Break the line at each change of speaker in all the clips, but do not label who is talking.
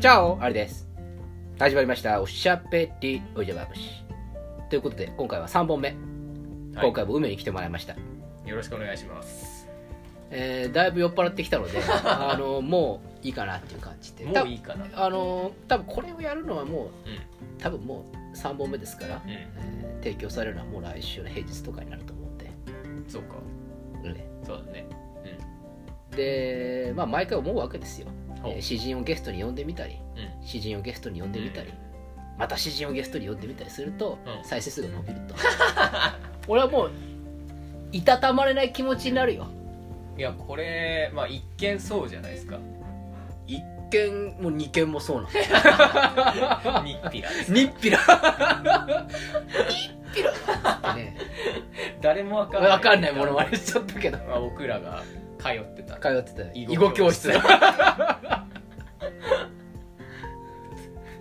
チャオあれです。始まりました。おしゃべりおじゃまぶし。ということで、今回は3本目。今回も梅に来てもらいました。
よろしくお願いします
えーだいぶ酔っ払ってきたの で、あの、もういいかなっていう感じで。
もういいかな
たあの、多分これをやるのはもう、
う
多分もう3本目ですから、
ん、
えー提供されるのはもう来週の平日とかになると思うんで。
うん、そうか
うん
そうだね
で、まあ、毎回思うわけですよ。
ほう
えー詩人をゲストに呼んでみたり、
う
詩人をゲストに呼んでみたり
うん、
また詩人をゲストに呼んでみたりすると、
うん
再生数が伸びると 俺はもういたたまれない気持ちになるよ
いやこれまあ一見そうじゃないですか
一件も二件もそうなんです
ニッピ ラです
ニッピラニッピラ ってね
誰もわかんない
分かんないものまねしちゃったけど
まあ、僕らが通ってた
通ってた
囲
囲
碁
碁
教
教
室
室
だ
だ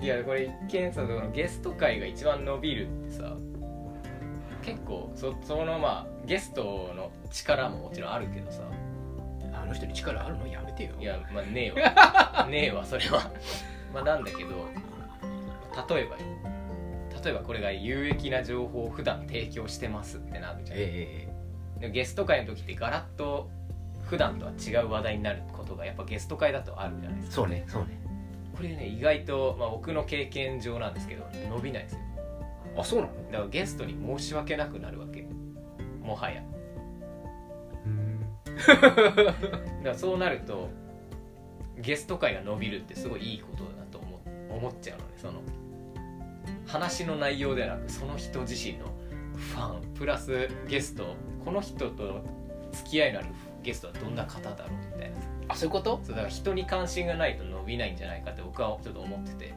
いやこれ一見さそのゲスト会が一番伸びるってさ結構そそのまあゲストの力ももちろんあるけどさ
あの人に力あるのやめてよ
いやま あねえわねえわそれはまあなんだけど例えばよ例えばこれが有益な情報を普段提供してますってなるじゃん
え
でもゲスト会の時ってガラッと普段とは違う話題になることがやっぱゲスト会だとあるじゃないで
え
すか
そうねそうね
これね意外と、まあ、僕の経験上なんですけど伸びないんですよ
あそうなの
だからゲストに申し訳なくなるわけもはやだからそうなるとゲスト会が伸びるってすごいいいことだなと思思っちゃうのでその話の内容ではなくその人自身のファンプラスゲストこの人と付き合いのあるゲストはどんな方だろうみたいな
あそういうこと
そうだから人に関心がないと伸びないんじゃないかって僕はちょっと思ってて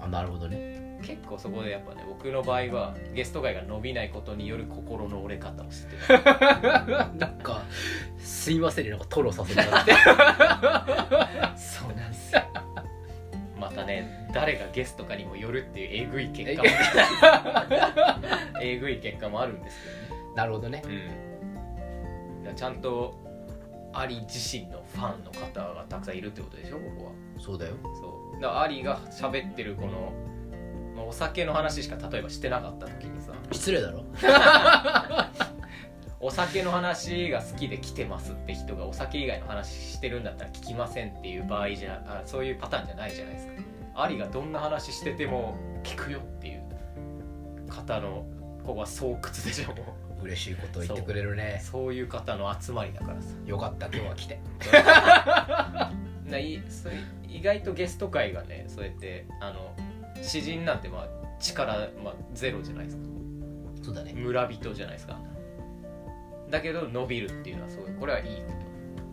あなるほどね
結構そこでやっぱね僕の場合はゲスト会が伸びないことによる心の折れ方をしてて
なんかすいませんねなんかトロさせても らって
そうなんですよまたね誰がゲストかにもよるっていうえぐい結果 もえぐい結果もあるんです
なるほどね
けどね、うん、だからちゃんとアリ自身のファンの方がたくさんいるってことでしょここは
そうだよ
そうだからアリが喋ってるこのまあお酒の話しか例えばしてなかった時にさ
失礼だろ
お酒の話が好きで来てますって人がお酒以外の話してるんだったら聞きませんっていう場合じゃあそういうパターンじゃないじゃないですかありがどんな話してても聞くよっていう方のここは巣窟でしょも
嬉しいこと言ってくれる
う
ね
そういう方の集まりだからさ
よかった今日は来て
ないそう意外とゲスト会がねそうやってあの詩人なんてまあ力、まあ、ゼロじゃないですか
そうだね
村人じゃないですかだけど伸びるっていうのはすごいこれはいいこ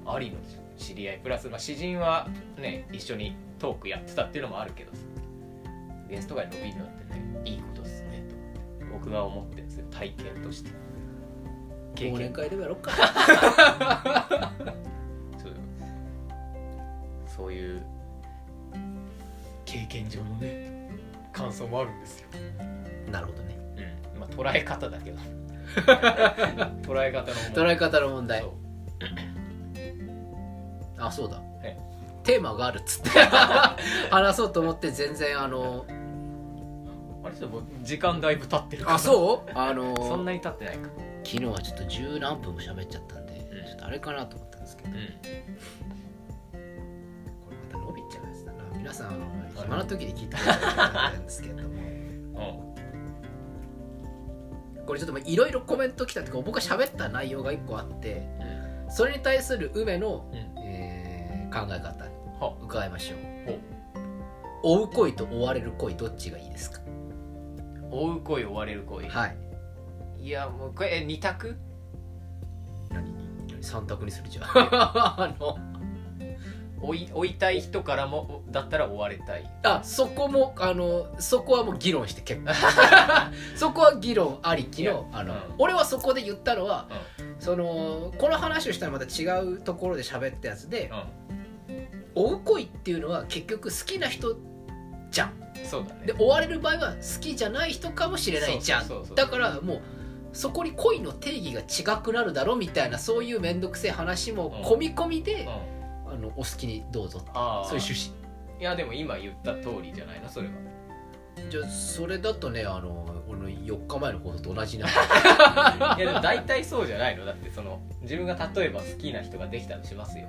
とありの知り合いプラス、まあ、詩人はね一緒にトークやってたっていうのもあるけどさゲストが伸びるのってねいいことですねと僕は思ってるんですよ体験として経
忘年
験
会でもやろっか
そうそういう経験上のね感想もあるんですよ
なるほどね
うんまあ捉え方だ けど捉え方の問題
捉え方の問題
そう
あそうだ
え
テーマがあるっつ って話そうと思って全然あの
あれちょっともう時間だいぶ経ってるから
あそうあの
そんなに経ってないか
昨日はちょっと十何分も喋っちゃったんで、
うん
ちょっとあれかなと思ったんですけど
う
こ
ん
れまた伸びちゃうやつだな皆さんあの暇な時に聞いてもらえたらいいと思うんですけどもこれちょっとまあいろいろコメント来たっていうか僕が喋った内容が1個あって
うん
それに対する梅の、
うん
えー考え方
は
伺いましょう
ほう
追う恋と追われる恋どっちがいいですか
追う恋追われる恋
はい
いやもうこれえ二択
何三択にするじゃん あの
追い追いたい人からもだったら追われたい
あそこもあのそこはもう議論して結構 そこは議論ありき
いや
のあの、
うん
俺はそこで言ったのは、そのこの話をしたらまた違うところで喋ったやつで、追う恋っていうのは結局好きな人じゃん
うんそうだね
で追われる場合は好きじゃない人かもしれないじゃん
そうそうそうそう
だからもうそこに恋の定義が違くなるだろみたいなそういう面倒くせえ話も込み込みで、
うん
あのお好きにどうぞって
ああ
そういう趣旨
いやでも今言った通りじゃないのそれ は
じゃあそれだとねあの俺の4日前の放送と同じな
いやでも大体そうじゃないのだってその自分が例えば好きな人ができたとしますよ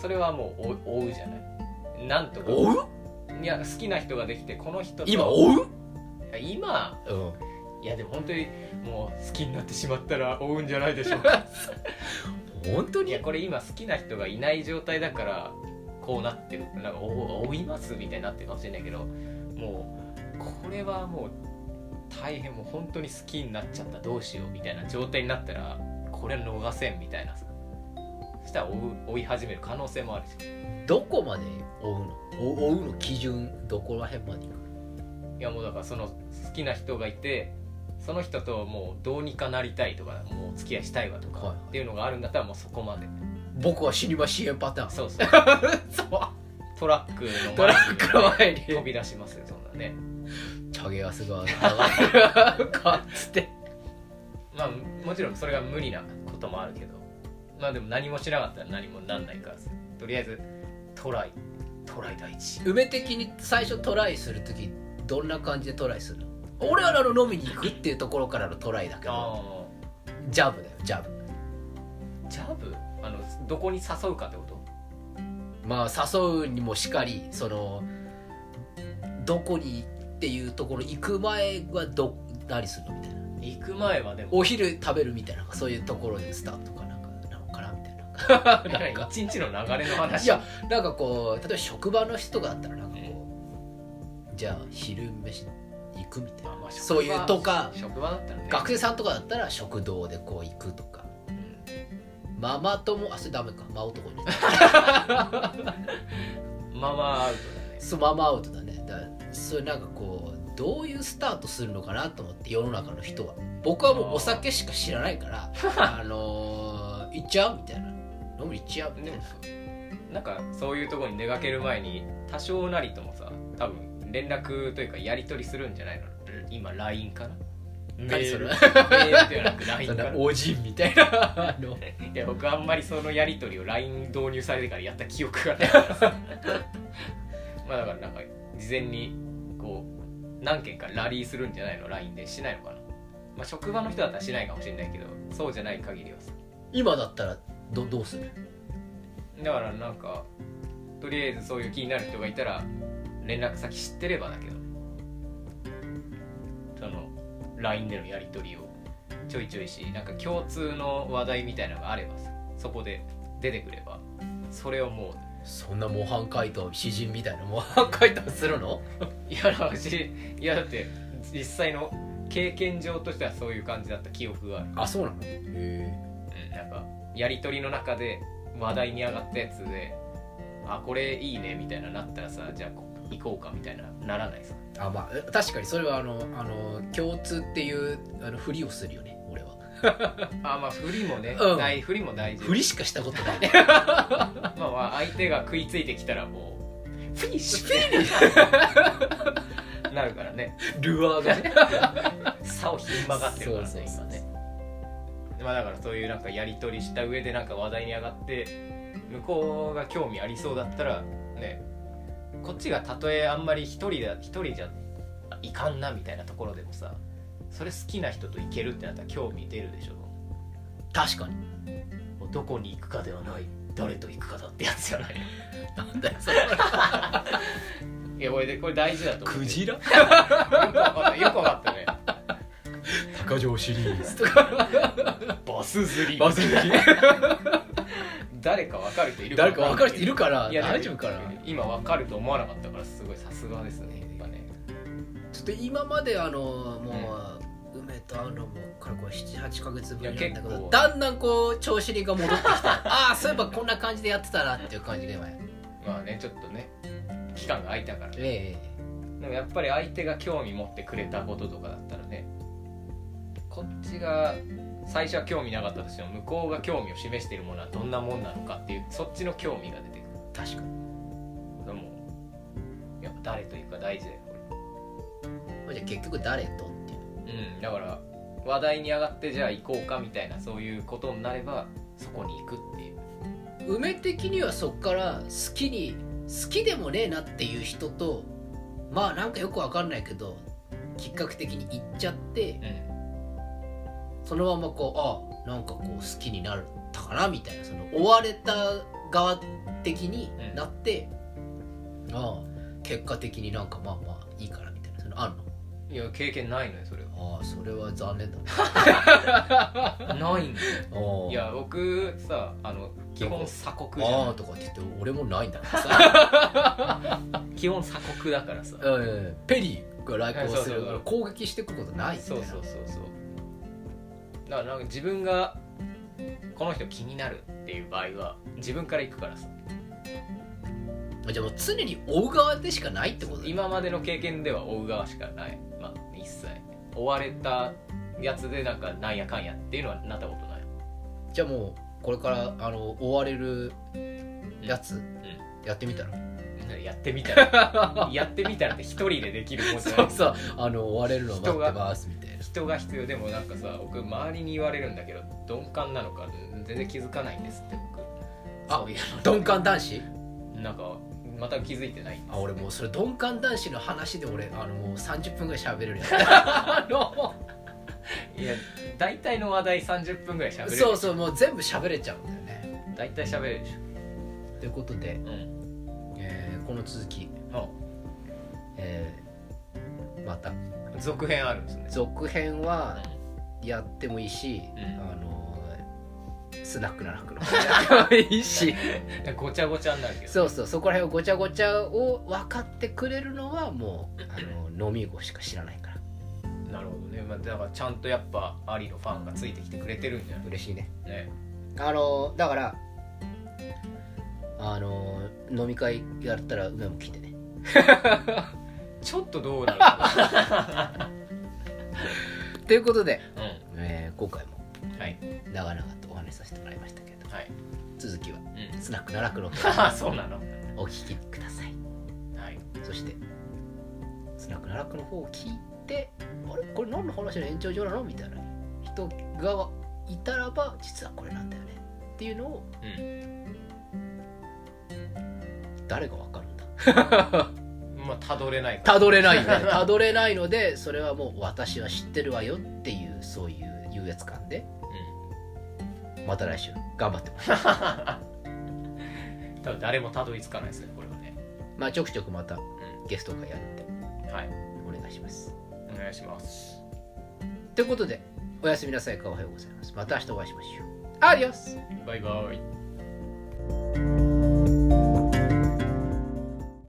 それはもう追う追うじゃないなんとか
追う
いや好きな人ができてこの人と
今追う、
いや今
うん、
いやでも本当にもう好きになってしまったら追うんじゃないでしょうか
本当
い
に
やこれ今好きな人がいない状態だからこうなってるなんか追う追いますみたいになってるかもしれないけどもうこれはもう大変もう本当に好きになっちゃったどうしようみたいな状態になったらこれは逃せんみたいなさそしたら追う追い始める可能性もあるし
どこまで追うの追追うの基準どこら辺までいく
いやもうだからその好きな人がいてその人ともうどうにかなりたいとかもうお付き合いしたいわと
はいは
か
い
っていうのがあるんだったらもうそこまで
僕は死にま支援パター ン
そうそうトラックの前に
トラックの前に
飛び出しますよそんなね
チャゲアスが流れるかっつって
まあもちろんそれが無理なこともあるけどまあでも何もしなかったら何もなんないからさとりあえずトライトライ第一
梅的に最初トライする時どんな感じでトライするの俺はあの飲みに行くっていうところからのトライだけど
あ
ジャブだよジャブ
あジャブあのどこに誘うかってこと
まあ誘うにもしかりそのどこにっていうところ行く前はど何するのみたいな
行く前はでも
お昼食べるみたいなそういうところでスタートかなんかなのかなみたいなな んか
一日の流れの話
いやなんかこう例えば職場の人があったらなんかこうじゃあ昼飯行くみたい
ま
な
あまあ職場
そういうとか
職場だったらね
学生さんとかだったら食堂でこう行くとかママ友あそれダメかマ男に
うんまあまあアウトだ ね
そうママアウトだねだからそれなんかこうどういうスタートするのかなと思って世の中の人は僕はもうお酒しか知らないから あのー行っちゃうみたいな飲みに行っちゃうみ
で
たい
も
な
なんかそういうところに出かける前に多少なりともさ多分連絡というかやり取りするんじゃないの今 LINE かなメ
何
ー
そ
ル
れ
メ ールではなく LINE
そ
か
ん
な
なおじんみたいなあの
いや僕あんまりそのやり取りを LINE 導入されてからやった記憶が ないまあだからなんか事前にこう何件かラリーするんじゃないの LINE でしないのかなまあ職場の人だったらしないかもしれないけどそうじゃない限りはさ
今だったらどどうする
だからなんかとりあえずそういう気になる人がいたら連絡先知ってればだけどその LINE でのやり取りをちょいちょいしなんか共通の話題みたいなのがあればさそこで出てくればそれをも
そんな模範解答詩人みたいな模範解答するの
ういやらしいやだって実際の経験上としてはそういう感じだった記憶がある、
あそうなのへ
うん、なんかやり取りの中で話題に上がったやつであこれいいねみたいななったらさじゃあこ行こうかみたいなならないさ
えあまあえ確かにそれはあのあの共通っていうあのふりをするよね俺は
あまあ振りもね、
うん
大振りも大事
ふりしかしたこと ないね
まあまあ相手が食いついてきたらもうフィッシュ なるからね
ルアーが ね
差をひん曲がってるから
そう
ね
そうそう
今ねまあだからそういうなんかやり取りした上でなんか話題に上がって向こうが興味ありそうだったらねこっちがたとえあんまり一人だ一人じゃいかんなみたいなところでもさそれ好きな人と行けるってなったら興味出るでしょ
確かに
もうどこに行くかではない誰と行くかだってやつじゃない
なんだよそれ
いやこれでこれ大事だと思う
クジラ
よくわかったよくわかったね
高城シリーズとか
バス釣り
バズる
誰かわかる人い る
誰か分かる人いるから
いや
大丈夫かな
今わかると思わなかったからすごいさすがですねやっぱね
ちょっと今まであのもう、梅と会うのもからこれ78か月ぶりなんだけ
いや結
ど
構
だんだんこう調子にが戻 ってきたああそういえばこんな感じでやってたなっていう感じが今え
まあねちょっとね期間が空いたからで
え
もやっぱり相手が興味持ってくれたこととかだったらねこっちが最初は興味なかったとしても向こうが興味を示しているものはどんなもんなのかっていうそっちの興味が出てくる
確かに
でもやっぱ誰と行くか大事だよこれ
じゃあ結局誰とっていう
うん、だから話題に上がってじゃあ行こうかみたいなそういうことになればそこに行くっていう
梅的にはそっから好きに好きでもねえなっていう人とまあなんかよくわかんないけどきっかけ的に行っちゃって
うん
そのままこうあなんかこう好きになったかなみたいなその追われた側的になって、ああ結果的になんかまあまあいいかなみたいなそのあんの
いや経験ないのよそれ
ああそれは残念だな
は ないんだよ
ああ
いや僕さあの基本鎖国じ
あ
ゃ
あ
ん
とかって言って俺もないんだから さ、
基本鎖国だからさ
うん、ペリーが来航するか
はいそうそうそ
ら
う
攻撃してくことないみた
そ
いうな
そうそうそうだからなんか自分がこの人気になるっていう場合は自分から行くからさ
じゃあもう常に追う側でしかないってことだよ
今までの経験では追う側しかないまあ一切追われたやつでなんかなんやかんやっていうのはなったことない
じゃあもうこれからあの追われるやつ、
ん
やってみたら
やってみ たらやってみたらって一人でできるもんじゃない
そうあの追われるのを待ってますみたいな
人が必要でもなんかさ僕周りに言われるんだけど鈍感なのか全然気づかないんですって僕
あ
そういう
鈍感男子
のなんかまた気づいてないんです
あ俺もうそれ鈍感男子の話で俺あのもう30分ぐらい 喋れるや
あのいや大体の話題30分ぐらい喋れる
つそうそうもう全部喋れちゃうんだよね
大体喋れるでし
ということで、
ょうん
えーこの続き、えーまた
続編あるんですね
続編はやってもいいし、
うん
あのスナックならくの方 やってもいいし
ごちゃごちゃになるけど
そうそうそこら辺をごちゃごちゃを分かってくれるのはもうあの飲み子しか知らないから
なるほどね、まあ、だからちゃんとやっぱアリのファンがついてきてくれてるんじゃな
嬉しいね
いね
あのだからあの飲み会やったら梅も来てね
ちょっとどうな るか
ということで、
な
えー今回も
うんはい
長々とお話しさせてもらいましたけど
はい
続きは
うん
スナック奈落の
そうなの
お聞きください
はい
そしてスナック奈落の方を聞いてあれこれ何の話の延長上なのみたいな人がいたらば実はこれなんだよねっていうのを
う
誰がわかるんだ
んまあたどれないから
たどれないよねたどれないのでそれはもう私は知ってるわよっていうそういう優越感でまた来週頑張ってます
うん多分誰もたどり着かないですねこれはね
まあちょくちょくまた
う
ゲスト会やるんで
んはい
お願いします
お願いします
ということでおやすみなさいかおはようございますまた明日お会いしましょうアディオス
バイバイ